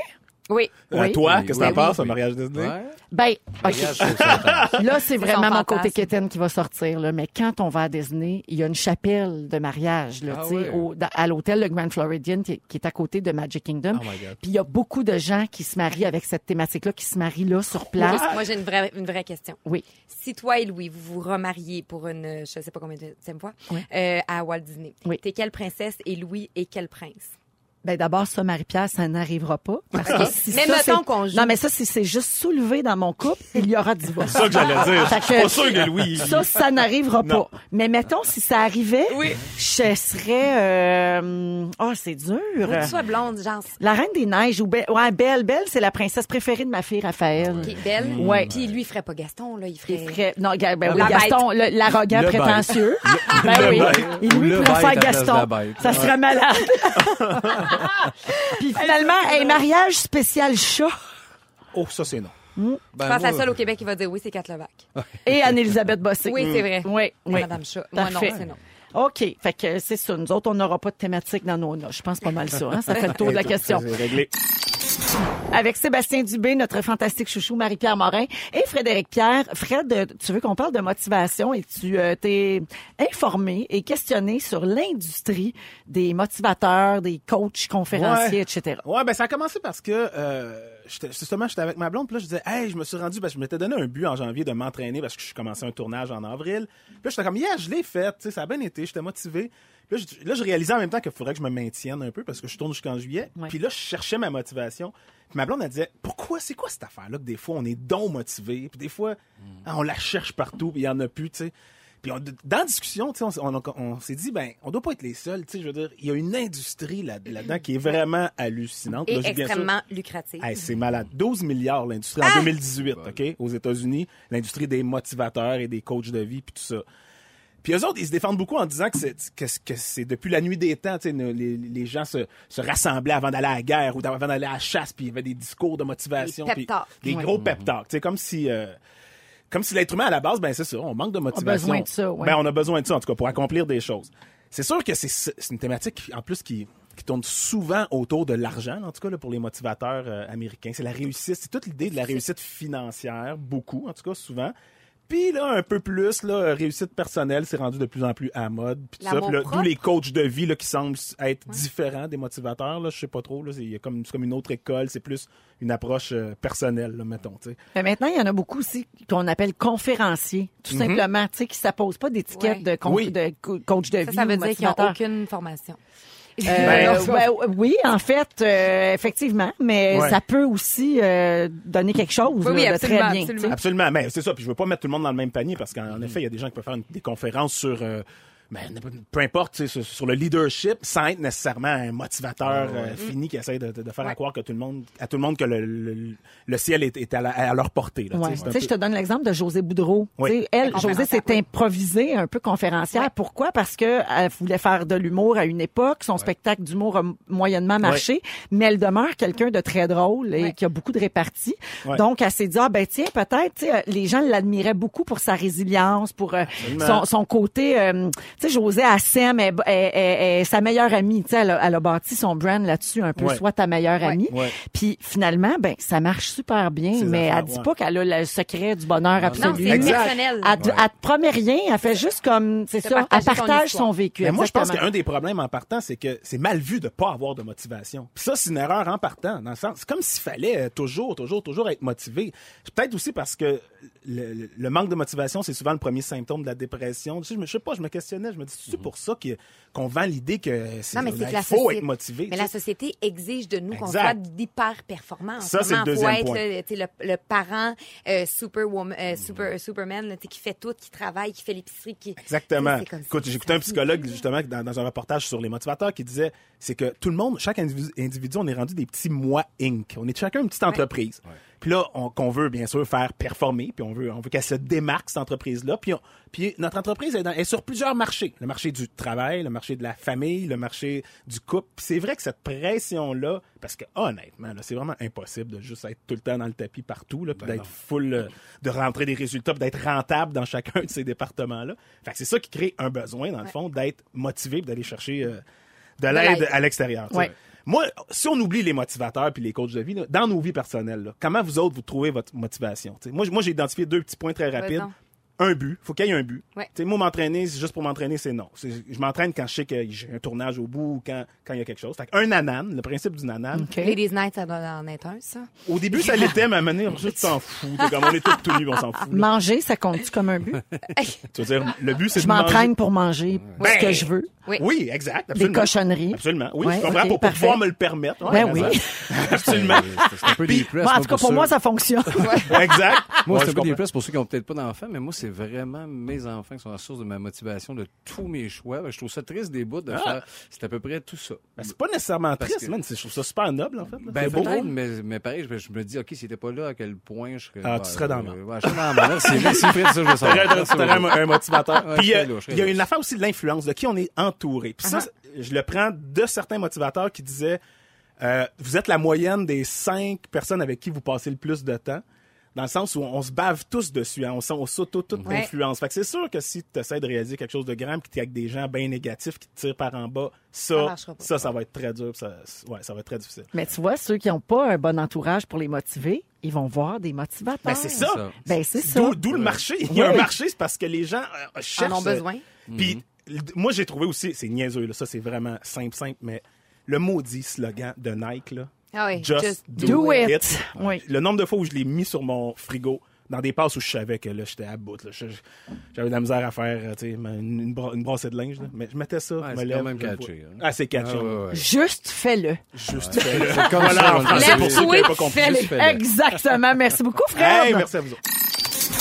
Speaker 4: Oui.
Speaker 5: Euh, Toi, qu'est-ce que
Speaker 3: Oui,
Speaker 5: t'en
Speaker 3: oui,
Speaker 5: penses, un
Speaker 3: oui.
Speaker 5: mariage Disney?
Speaker 3: Ouais.
Speaker 2: Ben, OK.
Speaker 3: Mariage, je trouve ça intense.
Speaker 2: Là, c'est vraiment
Speaker 4: son
Speaker 2: mon côté
Speaker 4: fantasme.
Speaker 2: quétaine qui va sortir. Là. Mais quand on va à Disney, il y a une chapelle de mariage là,
Speaker 3: Ah
Speaker 2: tu sais,
Speaker 3: ouais.
Speaker 2: au- dans- à l'hôtel Le Grand Floridian qui, est- qui est à côté de Magic Kingdom.
Speaker 3: Oh my God.
Speaker 2: Puis il y a beaucoup de gens qui se marient avec cette thématique-là, qui se marient là sur place.
Speaker 4: Moi, j'ai une vraie, une vraie question.
Speaker 2: Oui.
Speaker 4: Si toi et Louis, vous vous remariez pour une, je sais pas combien de fois,
Speaker 2: Oui.
Speaker 4: euh, à Walt Disney,
Speaker 2: Oui.
Speaker 4: t'es quelle princesse et Louis est quel prince?
Speaker 2: Ben d'abord ça Marie-Pierre ça n'arrivera pas parce que si
Speaker 4: Mais
Speaker 2: ça,
Speaker 4: mettons
Speaker 2: c'est-
Speaker 4: qu'on joue.
Speaker 2: Non mais ça si c'est juste soulevé dans mon couple, il y aura divorce.
Speaker 5: C'est ça que j'allais dire.
Speaker 2: Fait
Speaker 5: Je suis
Speaker 2: que-
Speaker 5: pas sûr que Louis.
Speaker 2: Ça, ça n'arrivera
Speaker 5: Non.
Speaker 2: pas. Mais mettons, si ça arrivait, je serais... euh, Oh, c'est dur.
Speaker 4: Faut que tu sois blonde, genre,
Speaker 2: La Reine des Neiges ou Belle. Ouais, Belle, Belle, c'est la princesse préférée de ma fille Raphaël.
Speaker 4: puis belle.
Speaker 2: Mm. Ouais.
Speaker 4: Puis lui, il ferait pas Gaston, là, il ferait...
Speaker 2: Il ferait- Non, Ga-
Speaker 3: Ah
Speaker 2: ben oui,
Speaker 4: La
Speaker 2: Gaston, le- l'arrogant
Speaker 3: Le
Speaker 2: prétentieux. Ben
Speaker 3: le
Speaker 2: oui.
Speaker 3: bête.
Speaker 2: Il
Speaker 3: Ou
Speaker 2: lui
Speaker 3: le
Speaker 2: pourrait
Speaker 3: bête
Speaker 2: faire
Speaker 3: à place de la
Speaker 2: Gaston.
Speaker 3: bête.
Speaker 2: Ça serait malade. Puis finalement, un mariage spécial chat
Speaker 5: Oh, ça, c'est non.
Speaker 3: Ben,
Speaker 4: Je pense à la
Speaker 3: moi,
Speaker 4: seule au Québec qui va dire oui, c'est Catlevac.
Speaker 2: et Anne-Elisabeth Bossé.
Speaker 4: Oui, c'est vrai.
Speaker 2: Oui, oui.
Speaker 4: Madame Chat. Moi, non,
Speaker 2: Parfait.
Speaker 4: c'est non.
Speaker 2: OK. Fait que c'est ça. Nous autres, on n'aura pas de thématique dans nos notes. Je pense pas mal ça. hein. Ça fait le tour de la question.
Speaker 5: C'est réglé.
Speaker 2: avec Sébastien Dubé, notre fantastique chouchou Marie-Pierre Morin et Frédéric Pierre. Fred, euh, tu veux qu'on parle de motivation et tu euh, t'es informé et questionné sur l'industrie des motivateurs, des coachs, conférenciers,
Speaker 5: Ouais.
Speaker 2: etc.
Speaker 5: Ouais, ben ça a commencé parce que euh, j'étais- justement j'étais avec ma blonde, puis là je disais "Hey, je me suis rendu parce que je m'étais donné un but en janvier de m'entraîner parce que je commençais un tournage en avril." Puis là j'étais comme "Yeah, je l'ai fait, tu sais, ça a bien été, j'étais motivé." Puis Là je, là, je réalisais en même temps qu'il faudrait que je me maintienne un peu parce que je tourne jusqu'en juillet.
Speaker 2: Ouais.
Speaker 5: Puis là je cherchais ma motivation. Puis ma blonde elle disait "Pourquoi c'est quoi cette affaire là que des fois on est donc motivé, puis des fois ah, on la cherche partout, puis il y en a plus, tu sais." Puis on- dans la discussion, tu sais, on, s- on, a- on s'est dit, ben, on doit pas être les seuls. Tu sais, je veux dire, il y a une industrie là- là-dedans qui est vraiment hallucinante.
Speaker 4: Et
Speaker 5: Là, j'ai bien sûr-
Speaker 4: extrêmement lucratif.
Speaker 5: Hey, c'est malade. 12 milliards l'industrie
Speaker 2: Ah!
Speaker 5: en 2018, OK, aux États-Unis, l'industrie des motivateurs et des coachs de vie puis tout ça. Puis eux autres, ils se défendent beaucoup en disant que c'est, que, c'est- que c'est depuis la nuit des temps, tu sais, les, les gens se, se rassemblaient avant d'aller à la guerre ou avant d'aller à la chasse, puis il y avait des discours de motivation.
Speaker 4: Des pep
Speaker 5: puis
Speaker 4: talks.
Speaker 5: Des
Speaker 2: Ouais.
Speaker 5: gros pep talks. Tu sais, comme si... euh, comme si l'être humain à la base, ben c'est ça, on manque de motivation.
Speaker 2: besoin de ça, ouais.
Speaker 5: Ben, on a besoin de ça, en tout cas, pour accomplir des choses. C'est sûr que c'est- c'est une thématique, en plus, qui, qui tourne souvent autour de l'argent, en tout cas, là, pour les motivateurs euh, américains. C'est la réussite, c'est toute l'idée de la réussite financière, beaucoup, en tout cas, souvent. Puis là, un peu plus, là, réussite personnelle, c'est rendu de plus en plus à la mode. Puis tout ça,
Speaker 4: L'amour
Speaker 5: Puis là,
Speaker 4: propre.
Speaker 5: d'où les coachs de vie là, qui semblent être différents des motivateurs, là, je sais pas trop. là, C'est il y a comme, c'est comme une autre école, c'est plus une approche euh, personnelle, là, mettons. tu sais.
Speaker 2: Mais maintenant, il y en a beaucoup aussi qu'on appelle conférenciers, tout simplement, tu sais, qui s'apposent pas d'étiquette
Speaker 4: Ouais.
Speaker 2: de, con-
Speaker 5: Mhm. Oui.
Speaker 2: de co- coach de
Speaker 4: Ça,
Speaker 2: vie
Speaker 4: ça veut
Speaker 2: ou
Speaker 4: dire qu'ils
Speaker 2: motivateur.
Speaker 4: n'ont aucune formation.
Speaker 2: Euh,
Speaker 5: Ben,
Speaker 2: ben, oui, en fait, euh, effectivement, mais
Speaker 5: Ouais.
Speaker 2: ça peut aussi euh, donner quelque chose
Speaker 4: Oui, oui,
Speaker 2: là, de
Speaker 4: absolument,
Speaker 2: très bien.
Speaker 4: absolument.
Speaker 2: tu sais. Mm-hmm.
Speaker 5: Absolument. Mais c'est ça. Puis je veux pas mettre tout le monde dans le même panier parce qu'en en effet, il y a des gens qui peuvent faire une- des conférences sur. euh, ben, peu importe, tu sais, sur, sur le leadership, sans être nécessairement un motivateur
Speaker 2: Ah,
Speaker 5: euh, fini qui essaie de, de- de faire à croire que tout le monde, à tout le monde que le, le- le ciel est, est à, la- à leur portée. là, tu sais.
Speaker 2: Ouais.
Speaker 5: C'est un
Speaker 2: Tu sais,
Speaker 5: peu-
Speaker 2: je te donne l'exemple de José Boudreau.
Speaker 5: Oui.
Speaker 2: Tu sais, Elle,
Speaker 4: La
Speaker 2: José
Speaker 4: conférencière,
Speaker 2: s'est improvisée un peu conférencière. Pourquoi? Parce que elle voulait faire de l'humour à une époque. Son spectacle d'humour a m- moyennement marché, mais elle demeure quelqu'un de très drôle et
Speaker 4: Ouais.
Speaker 2: qui a beaucoup de réparties.
Speaker 5: Ouais.
Speaker 2: Donc, elle s'est dit, ah ben tiens, peut-être, tu sais, euh, les gens l'admiraient beaucoup pour sa résilience, pour euh, son, son côté... euh, tu sais, José Assem est, est- est- est sa meilleure amie. Tu sais, elle, a, elle a bâti son brand là-dessus un peu,
Speaker 5: Ouais.
Speaker 2: soit ta meilleure amie.
Speaker 5: Ouais.
Speaker 2: Puis finalement, ben ça marche super bien,
Speaker 5: Ces
Speaker 2: mais elle
Speaker 5: affaires,
Speaker 2: dit
Speaker 5: ouais.
Speaker 2: pas qu'elle a le secret du bonheur
Speaker 4: Non,
Speaker 2: absolu.
Speaker 4: c'est
Speaker 5: Exact. Ah,
Speaker 4: personnel.
Speaker 2: Elle, te- elle te promet rien, elle fait juste comme, c'est
Speaker 4: De
Speaker 2: ça, elle
Speaker 4: partager son
Speaker 2: partage son,
Speaker 4: histoire.
Speaker 2: vécu.
Speaker 5: Mais moi, je pense
Speaker 2: exactement.
Speaker 5: qu'un des problèmes en partant, c'est que c'est mal vu de pas avoir de motivation. Puis ça, c'est une erreur en partant. Dans le sens, c'est comme s'il fallait euh, toujours, toujours, toujours être motivé. C'est Peut-être aussi parce que le, le- le manque de motivation, c'est souvent le premier symptôme de la dépression. Tu sais, Je, me- je sais pas, je me questionnais, Je me dis, c'est pour ça que- qu'on vend l'idée que c'est
Speaker 4: Non, mais c'est
Speaker 5: ben,
Speaker 4: que
Speaker 5: il
Speaker 4: la
Speaker 5: faut
Speaker 4: société.
Speaker 5: être motivé.
Speaker 4: Mais
Speaker 5: tu
Speaker 4: la
Speaker 5: sais.
Speaker 4: société exige de nous qu'on
Speaker 5: Exact.
Speaker 4: soit d'hyper-performance.
Speaker 5: Ça, c'est le
Speaker 4: Vraiment,
Speaker 5: deuxième
Speaker 4: faut être,
Speaker 5: point.
Speaker 4: là, tu sais, le, le parent euh, superwoman, euh, super, Superman là, tu sais, qui fait tout, qui travaille, qui fait l'épicerie, qui... Tu sais,
Speaker 5: Exactement.
Speaker 4: c'est comme ça.
Speaker 5: Écoute, j'écoutais un psychologue justement dans, dans un reportage sur les motivateurs qui disait c'est que tout le monde, chaque individu, individu, on est rendu des petits moi Inc. On est chacun une petite entreprise. Puis là, on- qu'on veut bien sûr faire performer, puis on veut, on veut qu'elle se démarque cette entreprise-là. Puis, on- puis notre entreprise est, dans- est sur plusieurs marchés le marché du travail, le marché de la famille, le marché du couple. Puis c'est vrai que cette pression-là, parce que honnêtement, là, c'est vraiment impossible de juste être tout le temps dans le tapis partout, là, puis d'être full, euh, de rentrer des résultats, puis d'être rentable dans chacun de ces départements-là. Fait que c'est ça qui crée un besoin, dans le fond, d'être motivé, puis d'aller chercher euh, de l'aide
Speaker 4: l'aide.
Speaker 5: à l'extérieur. tu sais.
Speaker 2: Ouais.
Speaker 5: Moi, si on oublie les motivateurs puis les coachs de vie, là, dans nos vies personnelles, là, comment vous autres, vous trouvez votre motivation? tu sais? Moi, j- moi j'ai identifié deux petits points très rapides.
Speaker 4: donc.
Speaker 5: Un but, faut qu'il y ait un but.
Speaker 4: Ouais.
Speaker 5: Tu sais, Moi, m'entraîner, c'est juste pour m'entraîner, c'est non. C'est- Je m'entraîne quand je sais que j'ai un tournage au bout ou quand quand il y a quelque chose. Fait un nanan, le principe du nanan.
Speaker 2: OK.
Speaker 4: Ladies Night, ça doit en être un, ça.
Speaker 5: Au début, ça l'était, mais à un moment donné, on juste s'en fout. T'es comme on est tous tout nus, on s'en fout. là.
Speaker 2: Manger, ça compte-tu comme un but?
Speaker 5: Tu veux dire, le but, c'est
Speaker 2: Je
Speaker 5: de manger-
Speaker 2: m'entraîne pour manger ce
Speaker 5: Ben!
Speaker 2: que je veux.
Speaker 4: Oui.
Speaker 5: Oui, exact.
Speaker 2: Des
Speaker 5: Absolument.
Speaker 2: cochonneries.
Speaker 5: Absolument. Oui,
Speaker 2: Ouais,
Speaker 5: je comprends
Speaker 2: ok,
Speaker 5: pour, pour
Speaker 2: parfait.
Speaker 5: pouvoir me le permettre. Ouais,
Speaker 2: Ben
Speaker 5: mais
Speaker 2: oui.
Speaker 5: Absolument.
Speaker 3: C'est- C'est un peu des plus.
Speaker 2: Bon, en tout cas, pour moi, ça fonctionne.
Speaker 5: exact.
Speaker 3: Moi,
Speaker 5: Ouais,
Speaker 3: c'est
Speaker 5: je
Speaker 3: pas des
Speaker 5: comprends.
Speaker 3: plus pour ceux qui ont peut-être pas d'enfants, mais moi, c'est vraiment mes enfants qui sont la source de ma motivation, de tous mes choix. Ben, Je trouve ça triste des bouts de faire. C'est à peu près tout ça.
Speaker 5: Ben, c'est pas nécessairement
Speaker 3: Parce
Speaker 5: triste,
Speaker 3: que-
Speaker 5: man. C'est- Je trouve ça super noble, en fait. là.
Speaker 3: Ben,
Speaker 5: C'est beau.
Speaker 3: peut-être, mais, mais pareil, je, je me dis, OK, si t'étais pas là, à quel point je serais.
Speaker 5: Ah,
Speaker 3: ben,
Speaker 5: tu serais dans le
Speaker 3: euh,
Speaker 5: mal.
Speaker 3: ouais, je serais dans le mal. Merci, merci, Fred, ça, je veux savoir.
Speaker 5: T'aurais un- t'aurais un, un motivateur.
Speaker 3: Ouais,
Speaker 5: Puis
Speaker 3: je serais
Speaker 5: euh,
Speaker 3: louche, je serais
Speaker 5: il y a une
Speaker 3: louche.
Speaker 5: affaire aussi de l'influence, de qui on est entouré.
Speaker 4: Uh-huh.
Speaker 5: Puis ça, c'est- je le prends de certains motivateurs qui disaient euh, vous êtes la moyenne des cinq personnes avec qui vous passez le plus de temps. Dans le sens où on se bave tous dessus, hein. on, s'en- on s'auto toute
Speaker 4: Ouais.
Speaker 5: influence. Fait que c'est sûr que si tu essaies de réaliser quelque chose de grand, puis que t'es avec des gens bien négatifs qui te tirent par en bas,
Speaker 4: Ça
Speaker 5: ça, ça,
Speaker 4: marchera pas.
Speaker 5: ça, va être très dur, puis ça, ouais, ça va être très difficile.
Speaker 2: Mais tu vois, ceux qui n'ont pas un bon entourage pour les motiver, ils vont voir des motivateurs.
Speaker 5: Ben, c'est ça.
Speaker 3: ça.
Speaker 2: Ben, c'est ça.
Speaker 5: D'où,
Speaker 3: Euh,
Speaker 5: d'où le marché. Il y a
Speaker 2: Oui.
Speaker 5: un marché, c'est parce que les gens euh, cherchent.
Speaker 4: En ont besoin.
Speaker 5: Puis, l- moi, j'ai trouvé aussi, c'est niaiseux, là, ça, c'est vraiment simple, simple, mais le maudit slogan de Nike, là,
Speaker 4: Ah oui,
Speaker 5: Just,
Speaker 4: just
Speaker 5: do,
Speaker 2: do
Speaker 5: it.
Speaker 2: it. Oui.
Speaker 5: Le nombre de fois où je l'ai mis sur mon frigo, dans des passes où je savais que là, j'étais à bout, là, je- je- j'avais de la misère à faire euh, tu sais, ma- une, une, bra- une brassée de linge, là, mais je mettais ça, je me
Speaker 3: c'est
Speaker 5: lève,
Speaker 3: quand même
Speaker 5: je le
Speaker 3: catchy,
Speaker 5: vois.
Speaker 3: hein.
Speaker 5: Ah, c'est catchy.
Speaker 3: Ah, ouais, ouais.
Speaker 2: Juste fais-le.
Speaker 5: Juste fait, là.
Speaker 3: C'est comme
Speaker 5: Voilà,
Speaker 3: ça,
Speaker 5: en
Speaker 3: on le
Speaker 5: français,
Speaker 3: fait.
Speaker 5: pour ceux qui n'avaient pas compris.
Speaker 3: Juste fais-le.
Speaker 2: Exactement. Merci beaucoup, Fred.
Speaker 5: Hey, merci à vous autres.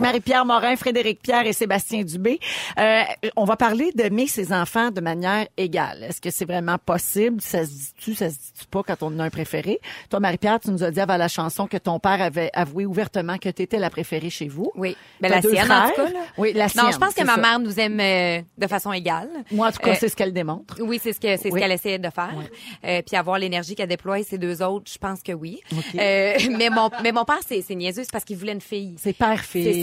Speaker 2: Marie-Pierre Morin, Frédéric Pierre et Sébastien Dubé. Euh, on va parler d'aimer ses enfants de manière égale. Est-ce que c'est vraiment possible? Ça se dit-tu, ça se dit-tu pas quand on en a un préféré? Toi, Marie-Pierre, tu nous as dit avant la chanson que ton père avait avoué ouvertement que tu étais la préférée chez vous.
Speaker 4: Oui. Ben,
Speaker 2: T'as
Speaker 4: la
Speaker 2: deux
Speaker 4: sienne, en tout
Speaker 2: frères.
Speaker 4: cas, là.
Speaker 2: Oui, la sienne.
Speaker 4: Non, je pense que
Speaker 2: c'est
Speaker 4: ma
Speaker 2: ça.
Speaker 4: mère nous aime euh, de façon égale.
Speaker 2: Moi, en tout cas,
Speaker 4: Euh,
Speaker 2: c'est ce qu'elle démontre.
Speaker 4: Oui, c'est ce que c'est ce
Speaker 2: Oui.
Speaker 4: qu'elle essayait de faire. Euh, puis avoir l'énergie qu'elle déploie et ses deux autres, je pense que oui.
Speaker 2: OK.
Speaker 4: Euh, mais mon mais mon père c'est c'est niaiseux, c'est parce qu'il voulait une fille.
Speaker 2: C'est père-fille.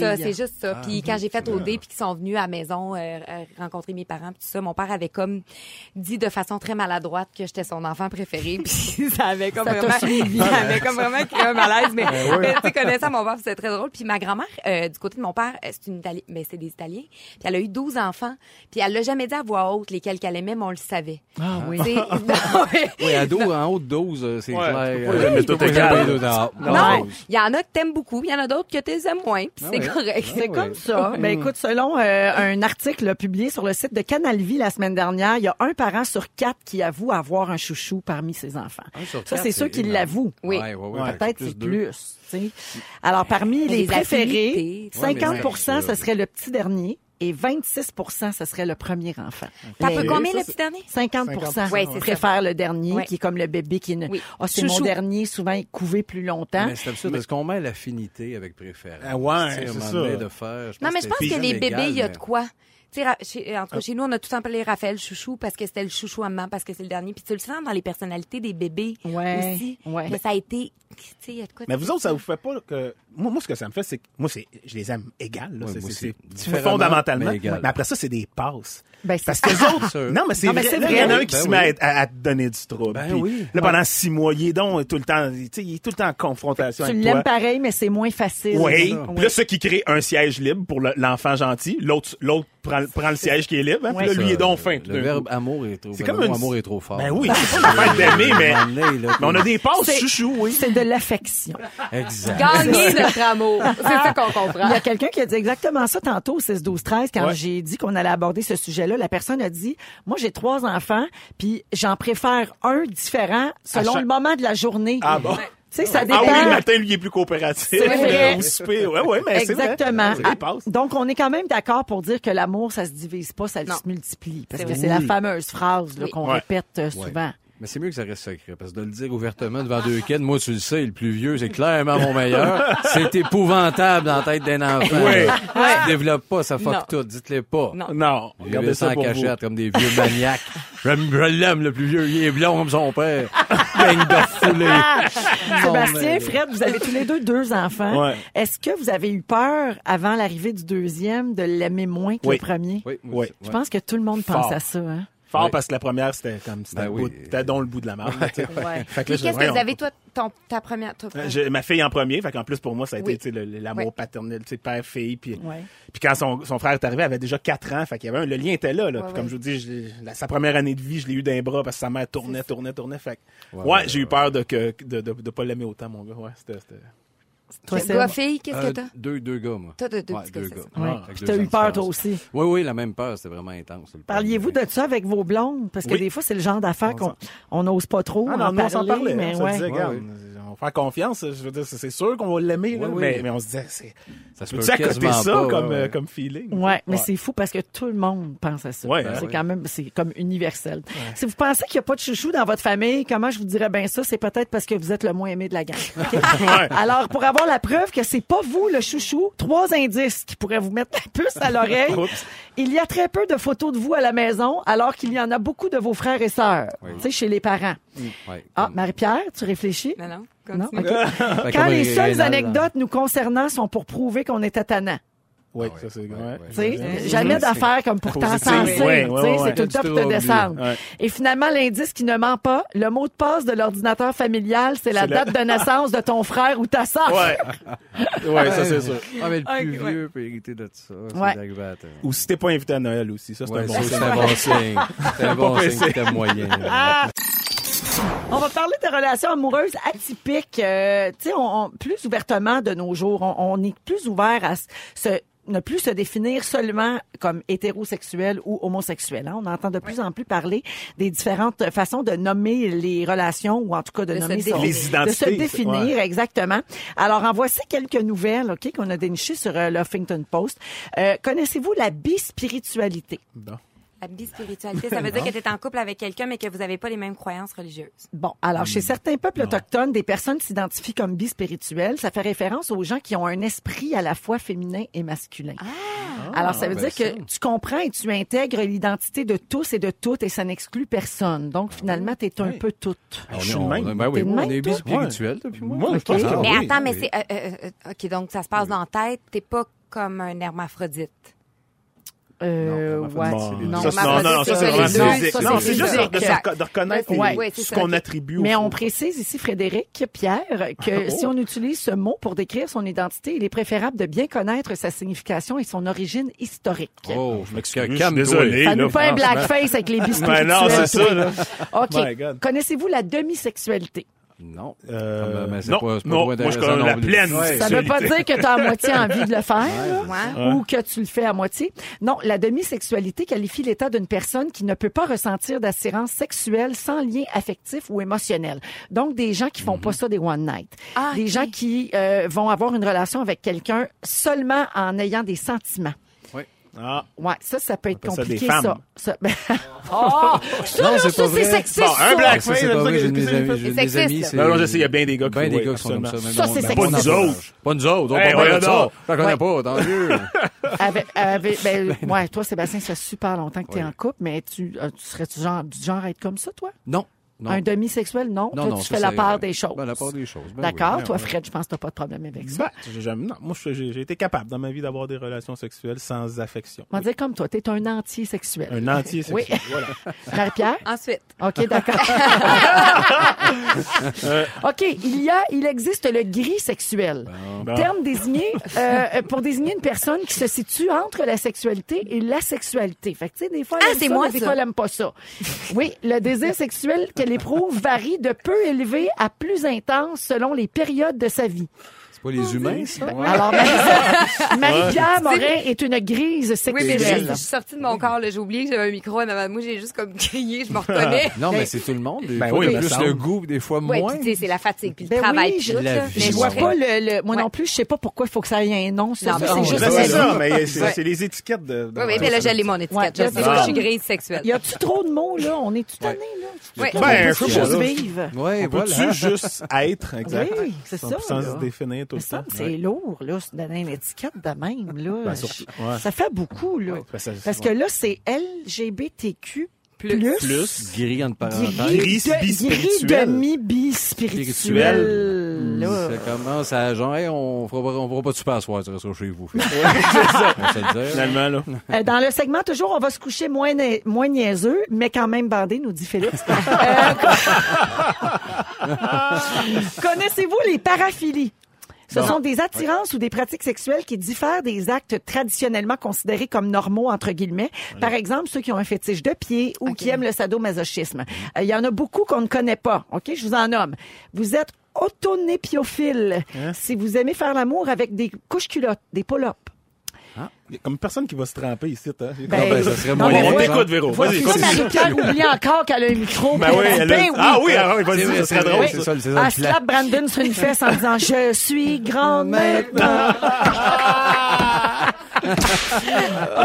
Speaker 4: C'est ça, c'est juste ça. puis quand j'ai fait OD, puis qu'ils sont venus à la maison euh, euh, rencontrer mes parents, puis tout ça, mon père avait comme dit de façon très maladroite que j'étais son enfant préféré. Puis ça avait comme
Speaker 2: Ça t'a
Speaker 4: vraiment,
Speaker 2: suivi.
Speaker 4: ça avait comme vraiment créé un malaise. Mais, mais tu sais, connaissant mon père, c'était très drôle. Puis ma grand-mère, euh, du côté de mon père, euh, c'est une Italienne, mais c'est des Italiens. Puis elle a eu 12 enfants. Puis elle l'a jamais dit à voix haute lesquels qu'elle aimait, mais on le savait.
Speaker 2: Ah oui.
Speaker 4: Tu sais, non, mais-
Speaker 3: Oui, à dos, en haut de 12, euh, c'est
Speaker 5: Ouais, tu
Speaker 3: clair.
Speaker 5: peux pas les
Speaker 3: euh,
Speaker 5: mettre
Speaker 3: tu peux
Speaker 5: tout
Speaker 3: pas les
Speaker 5: égal.
Speaker 3: mettre les deux dans- dans
Speaker 4: Non,
Speaker 3: 12.
Speaker 4: il y en a que t'aimes beaucoup, il y en a d'autres que t'aimes moins, puis
Speaker 3: Ah
Speaker 4: c'est
Speaker 3: ouais.
Speaker 4: correct.
Speaker 2: C'est
Speaker 3: Ah
Speaker 2: comme
Speaker 3: ouais.
Speaker 2: ça.
Speaker 4: Eh
Speaker 2: Ben écoute, selon euh, un article là, publié sur le site de Canal Vie la semaine dernière, il y a un parent sur quatre qui avoue avoir un chouchou parmi ses enfants.
Speaker 3: Un sur
Speaker 2: Ça,
Speaker 3: quatre,
Speaker 2: c'est ceux qui
Speaker 3: énorme.
Speaker 2: l'avouent.
Speaker 4: Oui.
Speaker 3: Ouais, ouais, ouais, fait que
Speaker 2: Peut-être c'est
Speaker 3: deux.
Speaker 2: plus. tu sais. Alors, parmi les
Speaker 4: les
Speaker 2: préférés,
Speaker 4: affinités.
Speaker 2: 50
Speaker 3: Ouais, mais
Speaker 2: ce
Speaker 3: c'est-
Speaker 2: serait le petit dernier et 26 ce serait le premier enfant.
Speaker 4: T'as
Speaker 2: Mais
Speaker 4: peu combien
Speaker 5: ça,
Speaker 4: le
Speaker 5: c'est-
Speaker 4: petit dernier?
Speaker 2: 50
Speaker 4: Ouais, c'est ça.
Speaker 2: préfèrent le dernier,
Speaker 4: Ouais.
Speaker 2: qui est comme le bébé qui est... ne-
Speaker 4: Oui.
Speaker 2: Ah, c'est mon
Speaker 4: Chouchou.
Speaker 2: dernier, souvent, il est couvé plus longtemps.
Speaker 4: hein?
Speaker 3: Mais c'est absurde. Est-ce qu'on met l'affinité avec préférence?
Speaker 5: Ah ouais,
Speaker 3: Tu sais, à un
Speaker 5: c'est
Speaker 3: moment
Speaker 5: ça.
Speaker 3: donné, de faire,
Speaker 4: Non, mais je pense
Speaker 3: c'était
Speaker 4: que les
Speaker 3: légal,
Speaker 4: bébés, il y a
Speaker 3: mais-
Speaker 4: de quoi. Tu sais, Ra- chez- en tout cas, chez nous, on a tout appelé Raphaël chouchou parce que c'était le chouchou à maman, parce que c'est le dernier. Puis tu le sens dans les personnalités des bébés
Speaker 2: Ouais,
Speaker 4: aussi.
Speaker 2: ouais.
Speaker 4: Mais ça a été... Tu sais, il y a de quoi.
Speaker 5: Mais vous autres, ça vous fait pas que. Moi, moi ce que ça me fait, c'est que. Moi, c'est... je les aime égales. là.
Speaker 3: Ouais,
Speaker 5: c'est,
Speaker 3: moi
Speaker 5: c'est-
Speaker 3: aussi.
Speaker 5: c'est
Speaker 3: Différemment,
Speaker 5: fondamentalement.
Speaker 3: mais
Speaker 5: Mais,
Speaker 3: égales.
Speaker 5: après ça, c'est des passes.
Speaker 2: Ben, c'est
Speaker 5: Parce
Speaker 2: ça.
Speaker 5: que les autres.
Speaker 3: Sûr.
Speaker 5: non, mais c'est
Speaker 2: Non, mais
Speaker 5: vrai.
Speaker 2: c'est
Speaker 5: Là, Il y en a
Speaker 2: vrai.
Speaker 5: un qui
Speaker 3: Ben
Speaker 5: se
Speaker 3: oui.
Speaker 5: met à, à- à te donner du trouble.
Speaker 3: Ben
Speaker 5: Puis
Speaker 3: oui.
Speaker 5: Là, pendant six mois, il est donc tout le temps. Tu sais, il est tout le temps en confrontation
Speaker 2: Tu
Speaker 5: avec
Speaker 2: l'aimes
Speaker 5: toi.
Speaker 2: pareil, mais c'est moins facile.
Speaker 5: Oui.
Speaker 2: Oui.
Speaker 5: Puis là, ceux qui créent un siège libre pour le- l'enfant gentil, l'autre, l'autre prends, prends le siège qui est libre. hein, puis là, lui, il est donc fin. tout
Speaker 3: Le
Speaker 5: d'un
Speaker 3: verbe
Speaker 5: coup.
Speaker 3: amour est trop.
Speaker 5: C'est
Speaker 3: le
Speaker 5: comme
Speaker 3: mot
Speaker 5: une-
Speaker 3: amour est trop fort.
Speaker 5: Ben oui, c'est pas une affaire d'aimer, mais,
Speaker 3: Un moment donné, là,
Speaker 5: mais on a des passes
Speaker 2: C'est-
Speaker 5: Oh, chouchou, oui.
Speaker 2: C'est de l'affection.
Speaker 3: Exact.
Speaker 4: Gagner notre amour. C'est ça qu'on comprend.
Speaker 2: Il y a quelqu'un qui a dit exactement ça tantôt, 6, 12, 13, quand
Speaker 5: Ouais.
Speaker 2: j'ai dit qu'on allait aborder ce sujet-là. La personne a dit, moi, j'ai trois enfants, puis j'en préfère un différent selon
Speaker 5: chaque-
Speaker 2: le moment de la journée.
Speaker 5: Ah bon?
Speaker 2: Tu sais, ça dépend.
Speaker 5: Ah oui, le matin, lui, il est plus coopératif.
Speaker 2: C'est vrai.
Speaker 5: Euh, Au souper, ouais, ouais, mais c'est vrai.
Speaker 2: Exactement. Ah,
Speaker 5: C'est
Speaker 4: Ah.
Speaker 5: des passes.
Speaker 2: Donc, on est quand même d'accord pour dire que l'amour, ça se divise pas, ça
Speaker 4: Non.
Speaker 2: se multiplie. Parce
Speaker 4: C'est
Speaker 2: que
Speaker 4: vrai.
Speaker 2: c'est la fameuse phrase là,
Speaker 4: Oui.
Speaker 2: qu'on
Speaker 5: Ouais.
Speaker 2: répète euh,
Speaker 3: Ouais.
Speaker 2: souvent.
Speaker 3: Mais c'est mieux que ça reste secret, parce que de le dire ouvertement devant deux kids, moi, tu le sais, le plus vieux, c'est clairement mon meilleur. C'est épouvantable dans la tête d'un enfant.
Speaker 5: Oui.
Speaker 3: là. Tu développes pas, ça fuck
Speaker 4: Non.
Speaker 3: tout. Dites-le pas.
Speaker 4: Non.
Speaker 5: Non,
Speaker 3: Regardez
Speaker 5: regardez
Speaker 3: ça
Speaker 5: ça
Speaker 3: en
Speaker 5: pour vous.
Speaker 3: cachette comme des vieux maniaques. Je l'aime, le plus vieux. Il est blond comme son père. Bang de foulée.
Speaker 2: Ah! Sébastien,
Speaker 3: mais-
Speaker 2: Fred, vous avez tous les deux deux enfants.
Speaker 5: ben. Ouais.
Speaker 2: Est-ce que vous avez eu peur, avant l'arrivée du deuxième, de l'aimer moins que
Speaker 5: Oui.
Speaker 2: le premier?
Speaker 3: Oui, moi
Speaker 5: Ouais.
Speaker 3: aussi,
Speaker 2: Je
Speaker 3: ouais.
Speaker 2: pense que tout le monde
Speaker 5: Fort.
Speaker 2: pense à ça. Hein?
Speaker 5: Fort
Speaker 3: Oui.
Speaker 5: parce que la première, c'était comme, c'était
Speaker 3: Ben
Speaker 5: le
Speaker 3: oui.
Speaker 5: bout- c'était dans le bout de la marque.
Speaker 4: Puis
Speaker 5: Fait que là,
Speaker 4: Qu'est-ce
Speaker 5: j'ai-
Speaker 4: que vous avez, toi, ton, ta première... ta-
Speaker 5: Euh, J'ai- ma fille en premier, fait qu'en plus pour moi ça a été
Speaker 4: Oui.
Speaker 5: tu sais, le- le- l'amour
Speaker 4: Ouais.
Speaker 5: paternel, tu sais, père-fille, puis
Speaker 2: Ouais.
Speaker 5: puis quand son, son frère est arrivé, elle avait déjà 4 ans, fait qu'il y avait un, le lien était là, là.
Speaker 4: Ouais,
Speaker 5: Puis
Speaker 4: ouais.
Speaker 5: comme je vous dis, je- la- sa première année de vie, je l'ai eu d'un bras parce que sa mère tournait, tournait, tournait, fait que-
Speaker 3: Ouais,
Speaker 5: ouais,
Speaker 3: ouais,
Speaker 5: j'ai eu
Speaker 3: ouais.
Speaker 5: peur de que de, de, de pas l'aimer autant mon gars, ouais, c'était c'était-
Speaker 2: Toi, Seb?
Speaker 4: Toi, fille, qu'est-ce
Speaker 3: Euh,
Speaker 4: que t'as?
Speaker 3: deux, deux gars, moi.
Speaker 4: Toi, t'as deux
Speaker 3: Ouais,
Speaker 4: petits
Speaker 3: deux
Speaker 4: gars,
Speaker 3: gars.
Speaker 4: c'est
Speaker 2: Ouais.
Speaker 5: Ah,
Speaker 3: Avec
Speaker 2: Puis
Speaker 3: deux
Speaker 2: t'as eu
Speaker 3: ans de
Speaker 2: peur,
Speaker 3: différence.
Speaker 2: toi aussi.
Speaker 3: Oui, oui, la même peur, c'était vraiment intense. le
Speaker 2: Parliez-vous de
Speaker 3: premier.
Speaker 2: ça avec vos blondes? Parce que
Speaker 5: Oui.
Speaker 2: des fois, c'est le genre d'affaires
Speaker 5: On
Speaker 2: qu'on
Speaker 5: s'en-
Speaker 2: on n'ose pas trop
Speaker 5: Ah
Speaker 2: en
Speaker 5: non, nous, on s'en
Speaker 2: parler,
Speaker 5: parlait.
Speaker 2: mais
Speaker 5: on se
Speaker 2: ouais.
Speaker 5: disait, regarde,
Speaker 3: Ouais,
Speaker 5: on va faire confiance. Je veux dire, c'est c'est sûr qu'on va l'aimer, là,
Speaker 3: Oui, oui.
Speaker 5: Mais, mais on se disait, c'est.
Speaker 3: Ça se peut
Speaker 5: Peux-tu accoter
Speaker 3: quasiment
Speaker 5: ça
Speaker 3: pas,
Speaker 5: comme,
Speaker 3: ouais,
Speaker 5: euh,
Speaker 3: ouais.
Speaker 5: comme feeling?
Speaker 2: Ouais, mais c'est fou parce que tout le monde pense à ça.
Speaker 5: Ouais,
Speaker 2: c'est
Speaker 5: hein,
Speaker 2: quand même, c'est comme universel. Si vous pensez qu'il n'y a pas de chouchou dans votre famille, comment je vous dirais bien ça, c'est peut-être parce que vous êtes le moins aimé de la gang. OK? Alors, pour avoir la preuve que c'est pas vous le chouchou, trois indices qui pourraient vous mettre la puce à l'oreille.
Speaker 5: Oups.
Speaker 2: Il y a très peu de photos de vous à la maison, alors qu'il y en a beaucoup de vos frères et sœurs, tu sais, chez les parents.
Speaker 3: Ouais,
Speaker 2: Ah,
Speaker 3: comme-
Speaker 2: Marie-Pierre, tu réfléchis?
Speaker 4: Non, non.
Speaker 2: Non?
Speaker 4: continue.
Speaker 2: OK.
Speaker 3: Fait
Speaker 2: Quand
Speaker 3: comme
Speaker 2: les
Speaker 3: Ré-
Speaker 2: seules
Speaker 3: Rénal,
Speaker 2: anecdotes nous concernant sont pour prouver qu'on était tannant.
Speaker 5: Oui,
Speaker 3: Ah ouais,
Speaker 5: ça, c'est.
Speaker 3: ouais,
Speaker 5: ouais.
Speaker 3: ouais.
Speaker 2: Tu sais, euh,
Speaker 4: Ouais.
Speaker 2: jamais d'affaires comme pour
Speaker 5: Positif.
Speaker 2: t'encenser.
Speaker 5: Ouais, ouais,
Speaker 2: Tu sais,
Speaker 5: ouais,
Speaker 2: C'est
Speaker 5: ouais.
Speaker 2: tout le temps pour te
Speaker 3: Trouble.
Speaker 2: descendre.
Speaker 5: Ouais.
Speaker 2: Et finalement, l'indice qui ne ment pas, le mot de passe de l'ordinateur familial, c'est la
Speaker 5: C'est la-
Speaker 2: date de naissance de ton frère ou ta sœur.
Speaker 5: Ouais. ouais, ça, c'est sûr.
Speaker 3: Ah, mais le plus
Speaker 4: Ok, ouais.
Speaker 3: vieux peut hériter de ça. C'est
Speaker 2: Ouais.
Speaker 3: d'arriver à terre.
Speaker 5: Ou si t'es pas invité à Noël aussi, ça, c'est un
Speaker 3: Ouais,
Speaker 5: bon
Speaker 3: ça,
Speaker 5: signe.
Speaker 3: c'est un bon signe. C'est un bon
Speaker 5: Pas
Speaker 3: signe
Speaker 5: pressé.
Speaker 3: que t'es moyen.
Speaker 2: On va parler de relations amoureuses atypiques, euh, tu sais, on, on- plus ouvertement de nos jours. On, on est plus ouvert à s- se ne plus se définir seulement comme hétérosexuel ou homosexuel. hein. On entend de plus en plus parler des différentes euh, façons de nommer les relations ou en tout cas de,
Speaker 4: De se
Speaker 2: nommer son-
Speaker 4: définir.
Speaker 5: Les
Speaker 2: de se
Speaker 5: identités,
Speaker 2: définir exactement. Alors en voici quelques nouvelles, ok, qu'on a dénichées sur euh, l'Huffington Post. Euh, Connaissez-vous la bispiritualité
Speaker 5: Bon.
Speaker 4: La bispiritualité, ça veut dire que tu es en couple avec quelqu'un, mais que vous n'avez pas les mêmes croyances religieuses.
Speaker 2: Bon, alors chez
Speaker 5: Hum.
Speaker 2: certains peuples autochtones, des personnes s'identifient comme bispirituelles. Ça fait référence aux gens qui ont un esprit à la fois féminin et masculin. alors ça veut
Speaker 3: ben
Speaker 5: Ah,
Speaker 2: dire que
Speaker 3: ça.
Speaker 2: tu comprends et tu intègres l'identité de tous et de toutes et ça n'exclut personne. Donc finalement, t'es un peu toute.
Speaker 3: On
Speaker 5: Je suis
Speaker 3: est,
Speaker 5: le
Speaker 3: on,
Speaker 5: même.
Speaker 3: ben oui,
Speaker 2: T'es le
Speaker 3: on
Speaker 2: même,
Speaker 3: est
Speaker 2: toi?
Speaker 3: bispirituel depuis moi.
Speaker 5: Moi, je pense que
Speaker 3: Ah
Speaker 4: mais
Speaker 3: oui,
Speaker 4: attends, mais
Speaker 3: oui.
Speaker 4: c'est... euh, euh, euh, OK, donc ça se passe dans la tête. T'es pas comme un hermaphrodite.
Speaker 2: Euh,
Speaker 3: Non,
Speaker 2: ouais.
Speaker 5: Bon.
Speaker 2: Non,
Speaker 5: ça, c'est- non, non, ça, c'est
Speaker 2: les
Speaker 5: vraiment
Speaker 2: deux,
Speaker 5: physique.
Speaker 2: ça,
Speaker 5: Non,
Speaker 2: c'est
Speaker 5: c'est juste
Speaker 2: physique.
Speaker 5: de, de se reco- de reconnaître
Speaker 2: Ouais,
Speaker 5: les-
Speaker 4: ouais, c'est
Speaker 5: ce
Speaker 4: ça,
Speaker 5: qu'on
Speaker 4: ok.
Speaker 5: attribue. au
Speaker 2: Mais
Speaker 5: fond.
Speaker 2: on précise ici, Frédéric, Pierre,
Speaker 5: Ah,
Speaker 2: que
Speaker 5: oh.
Speaker 2: si on utilise ce mot pour décrire son identité, il est préférable de bien connaître sa signification et son origine historique.
Speaker 3: Oh, je
Speaker 5: Je
Speaker 3: m'excuse.
Speaker 5: suis
Speaker 3: Calme-toi.
Speaker 5: désolé,
Speaker 2: Ça nous
Speaker 5: là,
Speaker 2: fait un
Speaker 5: franchement.
Speaker 2: blackface avec les
Speaker 5: Mais
Speaker 2: bispirituels.
Speaker 5: non, c'est ça, là. Oh My
Speaker 2: OK.
Speaker 5: God.
Speaker 2: Connaissez-vous la demi-sexualité?
Speaker 3: Non.
Speaker 5: Euh,
Speaker 3: Ah, ben, ben, c'est
Speaker 5: non,
Speaker 3: pas- c'est pas
Speaker 5: non,
Speaker 3: trop
Speaker 5: moi, je
Speaker 3: intéressant
Speaker 5: connais
Speaker 3: non
Speaker 5: la
Speaker 3: plus.
Speaker 5: pleine
Speaker 3: Ouais.
Speaker 2: Ça veut pas
Speaker 5: sexualité.
Speaker 2: dire que tu as à moitié envie de le faire.
Speaker 4: Ouais.
Speaker 2: là, Ou que tu le fais à moitié. Non, la demi-sexualité qualifie l'état d'une personne qui ne peut pas ressentir d'attirance sexuelle sans lien affectif ou émotionnel. Donc, des gens qui font pas
Speaker 5: Mhm.
Speaker 2: ça des one night.
Speaker 4: Ah,
Speaker 2: des
Speaker 4: ok.
Speaker 2: gens qui euh, vont avoir une relation avec quelqu'un seulement en ayant des sentiments.
Speaker 5: Ah,
Speaker 2: Ouais, ça, ça peut être
Speaker 5: On appelle ça des
Speaker 2: compliqué,
Speaker 5: femmes.
Speaker 2: ça. ça. ben- oh, ça,
Speaker 3: Non,
Speaker 2: là,
Speaker 3: c'est
Speaker 2: ça, c'est
Speaker 3: pas vrai.
Speaker 2: sexiste.
Speaker 5: Bon, un
Speaker 2: ça.
Speaker 5: black.
Speaker 3: Ça, c'est
Speaker 5: Ouais,
Speaker 3: pas
Speaker 5: c'est
Speaker 3: vrai,
Speaker 5: ça
Speaker 3: j'ai
Speaker 5: que-
Speaker 3: des
Speaker 5: c'est
Speaker 3: amis,
Speaker 5: ça.
Speaker 3: j'ai
Speaker 4: Sexiste.
Speaker 3: des amis, c'est...
Speaker 5: Non, non, je sais, il y a bien des gars qui-
Speaker 3: Ben des
Speaker 5: oui,
Speaker 3: gars qui sont comme ça.
Speaker 5: absolument.
Speaker 3: même
Speaker 2: Ça,
Speaker 3: dans mon-
Speaker 2: c'est
Speaker 3: dans
Speaker 2: sexiste.
Speaker 3: mon
Speaker 5: Pas nous
Speaker 3: entourage.
Speaker 5: autres.
Speaker 3: Pas nous autres, on
Speaker 5: Hey,
Speaker 3: parle
Speaker 5: voyons
Speaker 3: de ça.
Speaker 5: donc.
Speaker 3: Je la connais
Speaker 2: Ouais.
Speaker 3: pas, tant mieux.
Speaker 2: Avec- avec- ben, ouais, toi, Sébastien, ça fait super longtemps que t'es en couple, mais tu, euh, tu serais-tu genre, du genre à être comme ça, toi?
Speaker 3: Non. Non.
Speaker 2: Un demi-sexuel, non.
Speaker 3: Non,
Speaker 2: Toi,
Speaker 3: non,
Speaker 2: tu
Speaker 3: ça,
Speaker 2: fais la
Speaker 3: ça
Speaker 2: part
Speaker 3: irait.
Speaker 2: des choses.
Speaker 3: Ben, la part des choses, ben
Speaker 2: D'accord.
Speaker 3: oui.
Speaker 2: Toi, Fred, je pense que tu pas de problème avec ça.
Speaker 5: Ben, j'ai jamais- non, moi, je- j'ai j'ai été capable dans ma vie d'avoir des relations sexuelles sans affection.
Speaker 2: On va dire comme toi, tu es un anti-sexuel.
Speaker 5: Un entier
Speaker 2: Oui.
Speaker 5: sexuel. Voilà.
Speaker 2: Marie-Pierre?
Speaker 4: Ensuite,
Speaker 2: OK, d'accord. OK, il y a, il existe le gris sexuel.
Speaker 5: Bon.
Speaker 2: Terme désigné euh, pour désigner une personne qui se situe entre la sexualité et la sexualité. Fait que, tu sais, des fois, elle
Speaker 4: Ah,
Speaker 2: aime
Speaker 4: c'est
Speaker 2: ça,
Speaker 4: moi,
Speaker 2: mais des
Speaker 4: ça.
Speaker 2: fois, elle aime pas ça. Oui, le désir sexuel qu'elle éprouve varie de peu élevé à plus intense selon les périodes de sa vie.
Speaker 3: C'est pas les humains, ça.
Speaker 2: Alors, Marie- Marie-Pierre Morin est une grise
Speaker 4: oui, mais je,
Speaker 2: sexuelle.
Speaker 4: je suis sortie de mon corps, là, j'ai oublié que j'avais un micro en avant de moi, j'ai juste comme crié, je me reconnais.
Speaker 3: Non, mais c'est tout le monde. Des
Speaker 5: Ben
Speaker 3: fois,
Speaker 5: oui,
Speaker 3: il y a
Speaker 5: me
Speaker 3: plus
Speaker 5: semble.
Speaker 3: le goût, des fois
Speaker 4: Ouais,
Speaker 3: moins.
Speaker 4: puis tu sais, c'est la fatigue, puis le
Speaker 2: Ben
Speaker 4: travail,
Speaker 2: oui,
Speaker 4: puis
Speaker 2: je-
Speaker 4: tout,
Speaker 3: la
Speaker 4: là.
Speaker 3: vie.
Speaker 4: Mais
Speaker 2: Je
Speaker 4: je
Speaker 2: vois
Speaker 4: serais-
Speaker 2: pas le, le- moi
Speaker 4: Ouais.
Speaker 2: non plus, je sais pas pourquoi il faut que ça ait un nom. Ça,
Speaker 4: Non,
Speaker 2: ça,
Speaker 4: mais on
Speaker 2: c'est
Speaker 5: Ben,
Speaker 2: juste
Speaker 4: va
Speaker 5: c'est
Speaker 2: un nom.
Speaker 5: ça, mais c'est
Speaker 4: Ouais.
Speaker 5: c'est les étiquettes de. de-
Speaker 4: Oui, oui, mais ben là, j'allais mon
Speaker 2: Ouais,
Speaker 4: étiquette. Je
Speaker 2: là,
Speaker 4: sais que je
Speaker 5: c'est
Speaker 4: suis
Speaker 5: bon.
Speaker 4: grise sexuelle.
Speaker 2: Y a-tu trop de mots, là? On est tout tanné, là.
Speaker 4: Ouais.
Speaker 2: On
Speaker 5: Ben,
Speaker 2: peut
Speaker 5: un
Speaker 2: plus
Speaker 5: peu,
Speaker 2: juste
Speaker 5: là.
Speaker 2: vivre.
Speaker 3: Ouais,
Speaker 5: On
Speaker 3: voilà.
Speaker 5: peut-tu juste être, exact?
Speaker 2: Ben Oui, c'est ça,
Speaker 5: Sans
Speaker 2: là.
Speaker 5: se définir tout
Speaker 2: Mais
Speaker 5: le
Speaker 2: ça,
Speaker 5: temps.
Speaker 2: c'est lourd, là, se donner une étiquette de même, là.
Speaker 5: Ben, surtout, ouais.
Speaker 2: Ça fait beaucoup, là.
Speaker 5: Ouais, ben, ça-
Speaker 2: Parce que là, c'est LGBTQ+.
Speaker 4: Plus.
Speaker 5: Plus.
Speaker 3: Gris entre parenthèses.
Speaker 2: Gris,
Speaker 5: Gris bispirituel.
Speaker 2: demi
Speaker 5: Spirituel.
Speaker 2: bispirituel. Là.
Speaker 3: Ça commence à genre, hey, on fera pas, on fera pas de super à soir, tu restes chez vous. Fait. On se le dit.
Speaker 5: Finalement, là.
Speaker 2: Euh, dans le segment, toujours, on va se coucher moins, na- moins niaiseux, mais quand même bandé, nous dit Félix. Euh, con- Connaissez-vous les paraphilies? Ce sont des attirances ou des pratiques sexuelles qui diffèrent des actes traditionnellement considérés comme normaux, entre guillemets. Par exemple, ceux qui ont un fétiche de pied ou qui aiment le sadomasochisme. Euh, Il y en a beaucoup qu'on ne connaît pas. OK? Je vous en nomme. Vous êtes autonépiophile si vous aimez faire l'amour avec des couches culottes, des pull-ups.
Speaker 5: Il y a comme personne qui va se tremper ici, hein.
Speaker 2: Ben,
Speaker 3: Non, ben, ça serait
Speaker 2: non,
Speaker 3: moins
Speaker 2: mais
Speaker 5: on
Speaker 3: bon.
Speaker 2: ouais.
Speaker 5: t'écoute, Véro.
Speaker 2: Voici ça,
Speaker 5: Vas-y, continue.
Speaker 2: Marie-Pierre oublie encore qu'elle a un micro.
Speaker 5: Ben oui, elle a- Ah oui, ah oui,
Speaker 3: C'est
Speaker 5: vas-y,
Speaker 3: vrai,
Speaker 5: ça serait
Speaker 3: c'est
Speaker 5: drôle.
Speaker 3: vrai,
Speaker 5: ça.
Speaker 3: C'est ça, c'est ça.
Speaker 2: Elle
Speaker 3: le plat.
Speaker 2: slappe Brandon sur une fesse en disant « Je suis grande maintenant ».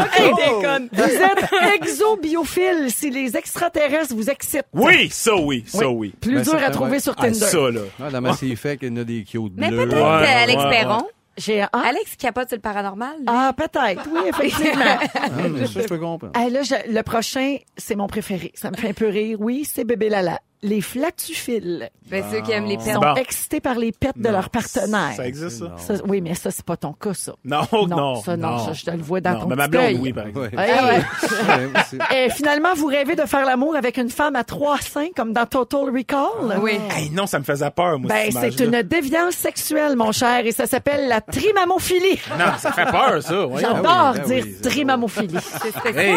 Speaker 2: OK, déconne. Oh! Vous êtes exobiophile si les extraterrestres vous excitent.
Speaker 5: Oui, ça oui, ça oui.
Speaker 2: Plus
Speaker 3: Ben,
Speaker 2: dur à
Speaker 3: certain,
Speaker 2: trouver
Speaker 3: ouais.
Speaker 2: sur
Speaker 5: Ah,
Speaker 2: Tinder.
Speaker 5: ça, là.
Speaker 3: Ah, la masse est faite qu'il y en a des cute
Speaker 4: Mais
Speaker 3: bleus.
Speaker 4: peut-être
Speaker 5: Ouais,
Speaker 4: euh,
Speaker 5: ouais,
Speaker 4: Alex
Speaker 5: ouais,
Speaker 4: Perron.
Speaker 2: J'ai ah,
Speaker 4: Alex capote sur le paranormal. lui.
Speaker 2: ah, peut-être. Oui, effectivement.
Speaker 3: Ah, mais ça, je peux comprendre.
Speaker 2: Ah, là, je- le prochain, c'est mon préféré. Ça me fait un peu rire. Oui, c'est Bébé Lala. Les flatuphiles
Speaker 4: Ben, ceux qui aiment les
Speaker 2: sont
Speaker 4: perles.
Speaker 5: Bon.
Speaker 2: excités par les pets de leurs partenaires.
Speaker 5: Ça existe, ça?
Speaker 2: Ça, oui, mais ça, c'est pas ton cas, ça.
Speaker 5: Non, Ah. Oh, non,
Speaker 2: ça, non,
Speaker 5: non.
Speaker 2: ça, je te le vois dans
Speaker 5: Non,
Speaker 2: ton
Speaker 5: mais ma
Speaker 2: petit
Speaker 5: blonde,
Speaker 2: œil.
Speaker 5: oui, par exemple.
Speaker 3: Ouais.
Speaker 2: Hey.
Speaker 3: Ouais, moi, c'est-
Speaker 2: Et finalement, vous rêvez de faire l'amour avec une femme à trois seins, comme dans Total Recall?
Speaker 4: Oui.
Speaker 5: Hey, non, ça me faisait peur, moi,
Speaker 2: Ben,
Speaker 5: cette
Speaker 2: c'est
Speaker 5: image-là.
Speaker 2: une déviance sexuelle, mon cher, et ça s'appelle la trimamophilie.
Speaker 5: Non, ça fait peur, ça. voyons.
Speaker 2: J'adore
Speaker 3: oui, ben
Speaker 2: dire
Speaker 3: oui, c'est
Speaker 2: trimamophilie.
Speaker 5: Hey,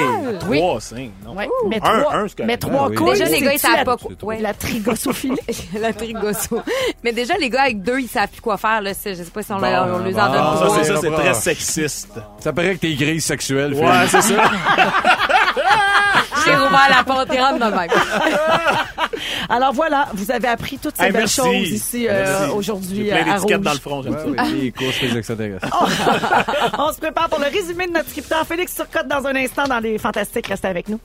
Speaker 2: Oui.
Speaker 5: trois, cinq, non.
Speaker 2: Ouais, mais
Speaker 5: Un,
Speaker 2: trois,
Speaker 5: un, c'est correct.
Speaker 2: mais trois
Speaker 3: Ah oui.
Speaker 2: couilles,
Speaker 4: Déjà, les gars, ils
Speaker 2: c'est-tu la-
Speaker 4: savent pas.
Speaker 3: C'est trop.
Speaker 4: Ouais.
Speaker 2: La trigosophilie.
Speaker 4: la trigosso. Mais déjà, les gars avec deux, ils savent plus quoi faire. Là. C'est- Je sais pas si on, leur
Speaker 3: Bon,
Speaker 4: on les
Speaker 3: bon.
Speaker 4: en donne
Speaker 5: Ah, Ça,
Speaker 4: trois.
Speaker 5: c'est ça, c'est
Speaker 3: Ouais.
Speaker 5: très sexiste.
Speaker 3: Ça paraît que t'es grise sexuelle. Phil.
Speaker 5: Ouais, c'est ça.
Speaker 4: J'ai rouvert la porte et rentre de même.
Speaker 2: Alors voilà, vous avez appris toutes ces
Speaker 5: Hey,
Speaker 2: belles
Speaker 5: merci.
Speaker 2: choses ici euh,
Speaker 5: Merci.
Speaker 2: aujourd'hui
Speaker 5: J'ai
Speaker 2: à,
Speaker 5: plein
Speaker 2: à
Speaker 5: d'étiquettes
Speaker 2: Rouge.
Speaker 5: dans le front, j'aime
Speaker 3: Ouais,
Speaker 5: ça.
Speaker 3: ouais, Les courses, les extraterrestres.
Speaker 2: On se prépare pour le résumé de notre scripteur Félix Turcotte dans un instant dans les Fantastiques. Restez avec nous.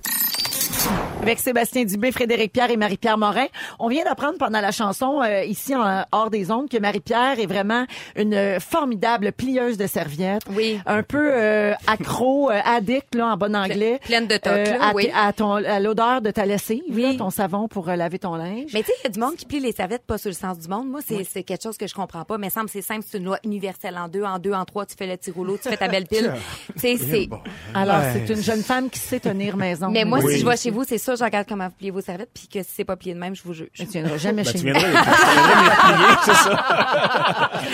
Speaker 2: Avec Sébastien Dubé, Frédéric Pierre et Marie-Pierre Morin. On vient d'apprendre pendant la chanson, euh, ici en Hors des ondes, que Marie-Pierre est vraiment une euh, formidable plieuse de serviettes.
Speaker 4: Oui.
Speaker 2: Un peu euh, accro, euh, addict, là, en bon anglais. Euh,
Speaker 4: Pleine de toc, là,
Speaker 2: à,
Speaker 4: oui.
Speaker 2: à ton- à l'odeur de ta lessive, là,
Speaker 4: Oui.
Speaker 2: ton savon pour euh, laver ton linge.
Speaker 4: Mais tu sais, il y a du monde qui plie les serviettes pas sur le sens du monde. Moi, c'est c'est quelque chose que je comprends pas. Mais semble que c'est simple, c'est une loi universelle. En deux, en deux, en trois, tu fais le petit rouleau, tu fais ta belle pile. tu sais, c'est.
Speaker 2: Alors,
Speaker 3: Ouais.
Speaker 2: c'est une jeune femme qui sait tenir maison.
Speaker 4: Mais moi,
Speaker 5: Oui.
Speaker 4: si je vais chez vous, c'est sûr, je regarde comment vous pliez vos serviettes, puis que si c'est pas plié de même, je vous juge.
Speaker 2: Tu viendras jamais
Speaker 5: Ben,
Speaker 2: chez
Speaker 5: tu
Speaker 2: nous.
Speaker 5: viendrais, tu viendrais me plier, c'est ça.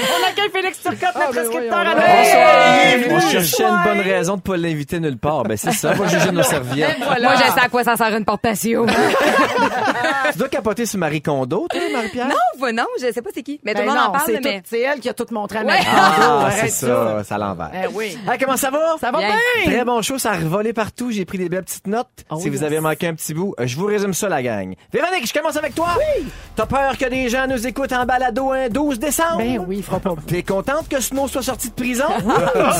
Speaker 2: On accueille Félix Turcotte, notre scripteur à
Speaker 6: Bonsoir. On
Speaker 2: Bonsoir. Ben,
Speaker 6: cherchait une bonne raison de pas l'inviter nulle part. Ben, c'est ça. On va juger nos serviettes.
Speaker 4: Moi, je sais à quoi ça sert une porte patio.
Speaker 6: Tu dois capoter sur Marie Kondo, toi, Marie-Pierre?
Speaker 4: non, Ben, non, je sais pas c'est qui. Mais tout le monde en parle, mais.
Speaker 2: C'est elle qui a tout montré à
Speaker 4: Ouais.
Speaker 2: Marie Kondo,
Speaker 6: Ah, c'est
Speaker 2: arrête
Speaker 6: ça. C'est à l'envers.
Speaker 2: Eh oui.
Speaker 6: Hey, comment ça va?
Speaker 2: Ça va
Speaker 4: Bien.
Speaker 2: bien?
Speaker 6: Très bon show, ça a revolé partout, j'ai pris des belles petites notes.
Speaker 2: Oh
Speaker 6: si
Speaker 2: yes.
Speaker 6: vous avez manqué un petit bout, euh, je vous résume ça, la gang. Véronique, je commence avec toi. Oui. T'as peur que des gens nous écoutent en balado un 12 décembre?
Speaker 2: Ben oui, il fera pas.
Speaker 6: T'es contente que Snow soit sorti de prison?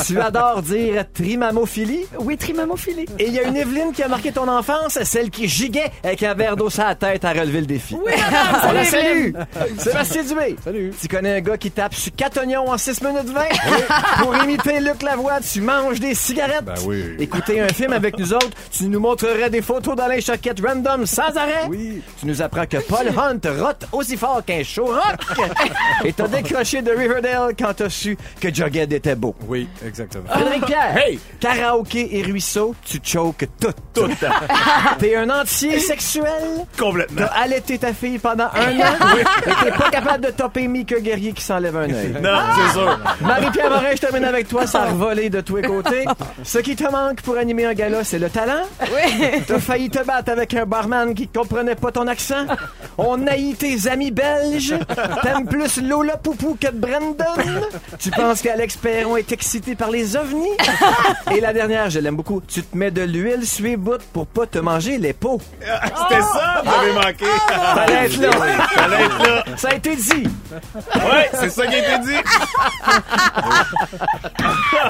Speaker 6: tu adores dire trimamophilie?
Speaker 2: Oui, trimamophilie.
Speaker 6: Et il y a une Evelyne qui a marqué ton enfance, celle qui giguait avec un verre d'eau sur la tête à relever le défi.
Speaker 2: Oui,
Speaker 6: On la
Speaker 2: madame,
Speaker 6: salue! Sébastien Dubé! Salut! Tu connais un gars qui tape sur 4 oignons en 6 minutes 20? Pour imiter Luc Lavoie, tu manges des cigarettes!
Speaker 7: Ben oui.
Speaker 6: Écouter un film avec nous autres, tu nous montrerais des photos d'Alain Choquette random sans arrêt!
Speaker 7: Oui.
Speaker 6: Tu nous apprends que Paul Hunt rote aussi fort qu'un show rock! Et t'as décroché de Riverdale quand t'as su que Jughead était beau.
Speaker 3: Oui, exactement.
Speaker 6: Frédéric Pierre, karaoké et ruisseau, tu choques tout. Tout T'es un entier sexuel.
Speaker 5: Complètement.
Speaker 6: T'as allaité ta fille pendant un an. Et t'es pas capable de topper Mika Guerrier qui s'enlève un œil.
Speaker 5: Non, c'est sûr.
Speaker 6: Ah. Marie-Pierre Morin, je termine avec toi, ça a revolé de tous les côtés. Ce qui te manque pour animer un gala, c'est le talent. Oui. T'as failli te battre avec un barman qui comprenait pas ton accent. On haït tes amis belges. T'aimes plus Lola Poupou que Brandon. Tu penses qu'Alex Perron est excité par les ovnis. Et la dernière, je l'aime beaucoup. Tu te mets de l'huile suée bout pour pas te manger les peaux.
Speaker 5: C'était ça, vous avez manqué.
Speaker 6: Fallait être là.
Speaker 5: Fallait être là.
Speaker 6: Ça a été dit.
Speaker 5: Ouais, c'est ça qui a été dit.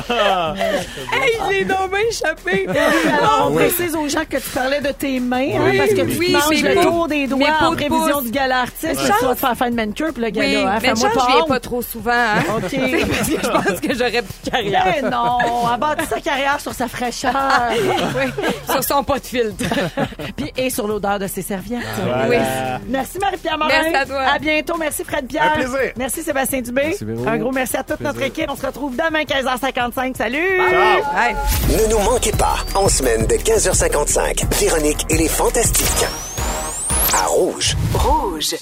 Speaker 4: Hey, je l'ai donc bien échappé.
Speaker 6: Ah,
Speaker 2: Alors, on précise aux gens que tu parlais de tes mains, hein, parce que tu
Speaker 4: oui,
Speaker 2: manges
Speaker 4: mes
Speaker 2: le
Speaker 4: peaux-
Speaker 2: tour des
Speaker 4: mes
Speaker 2: doigts
Speaker 4: peaux
Speaker 2: en
Speaker 4: de
Speaker 2: prévision
Speaker 4: pouce.
Speaker 2: du gala artiste.
Speaker 4: Mais
Speaker 2: Tu vas
Speaker 4: chance-
Speaker 2: te faire faire une manicure pour le
Speaker 4: Oui,
Speaker 2: gala. hein.
Speaker 4: mais
Speaker 2: Fais-moi
Speaker 4: chance,
Speaker 2: pas
Speaker 4: je viens
Speaker 2: honte.
Speaker 4: pas trop souvent. Hein?
Speaker 2: OK.
Speaker 4: C'est parce que je pense que j'aurais plus de carrière.
Speaker 2: Mais non, abattre sa carrière sur sa fraîcheur
Speaker 4: Oui, sur son pas de filtre.
Speaker 2: Puis, et sur l'odeur de ses serviettes.
Speaker 6: Ah,
Speaker 5: Voilà.
Speaker 2: Merci Marie-Pierre Morin.
Speaker 4: Merci à toi.
Speaker 2: bientôt. Merci Fred Pierre.
Speaker 5: Un plaisir.
Speaker 2: Merci Sébastien Dubé.
Speaker 3: Merci, Véro.
Speaker 2: Un gros merci à toute notre équipe. On se retrouve demain 15h55. Salut!
Speaker 4: Hey.
Speaker 1: Ne nous manquez pas, en semaine de 15h55, Véronique et les Fantastiques. À Rouge.
Speaker 8: Rouge.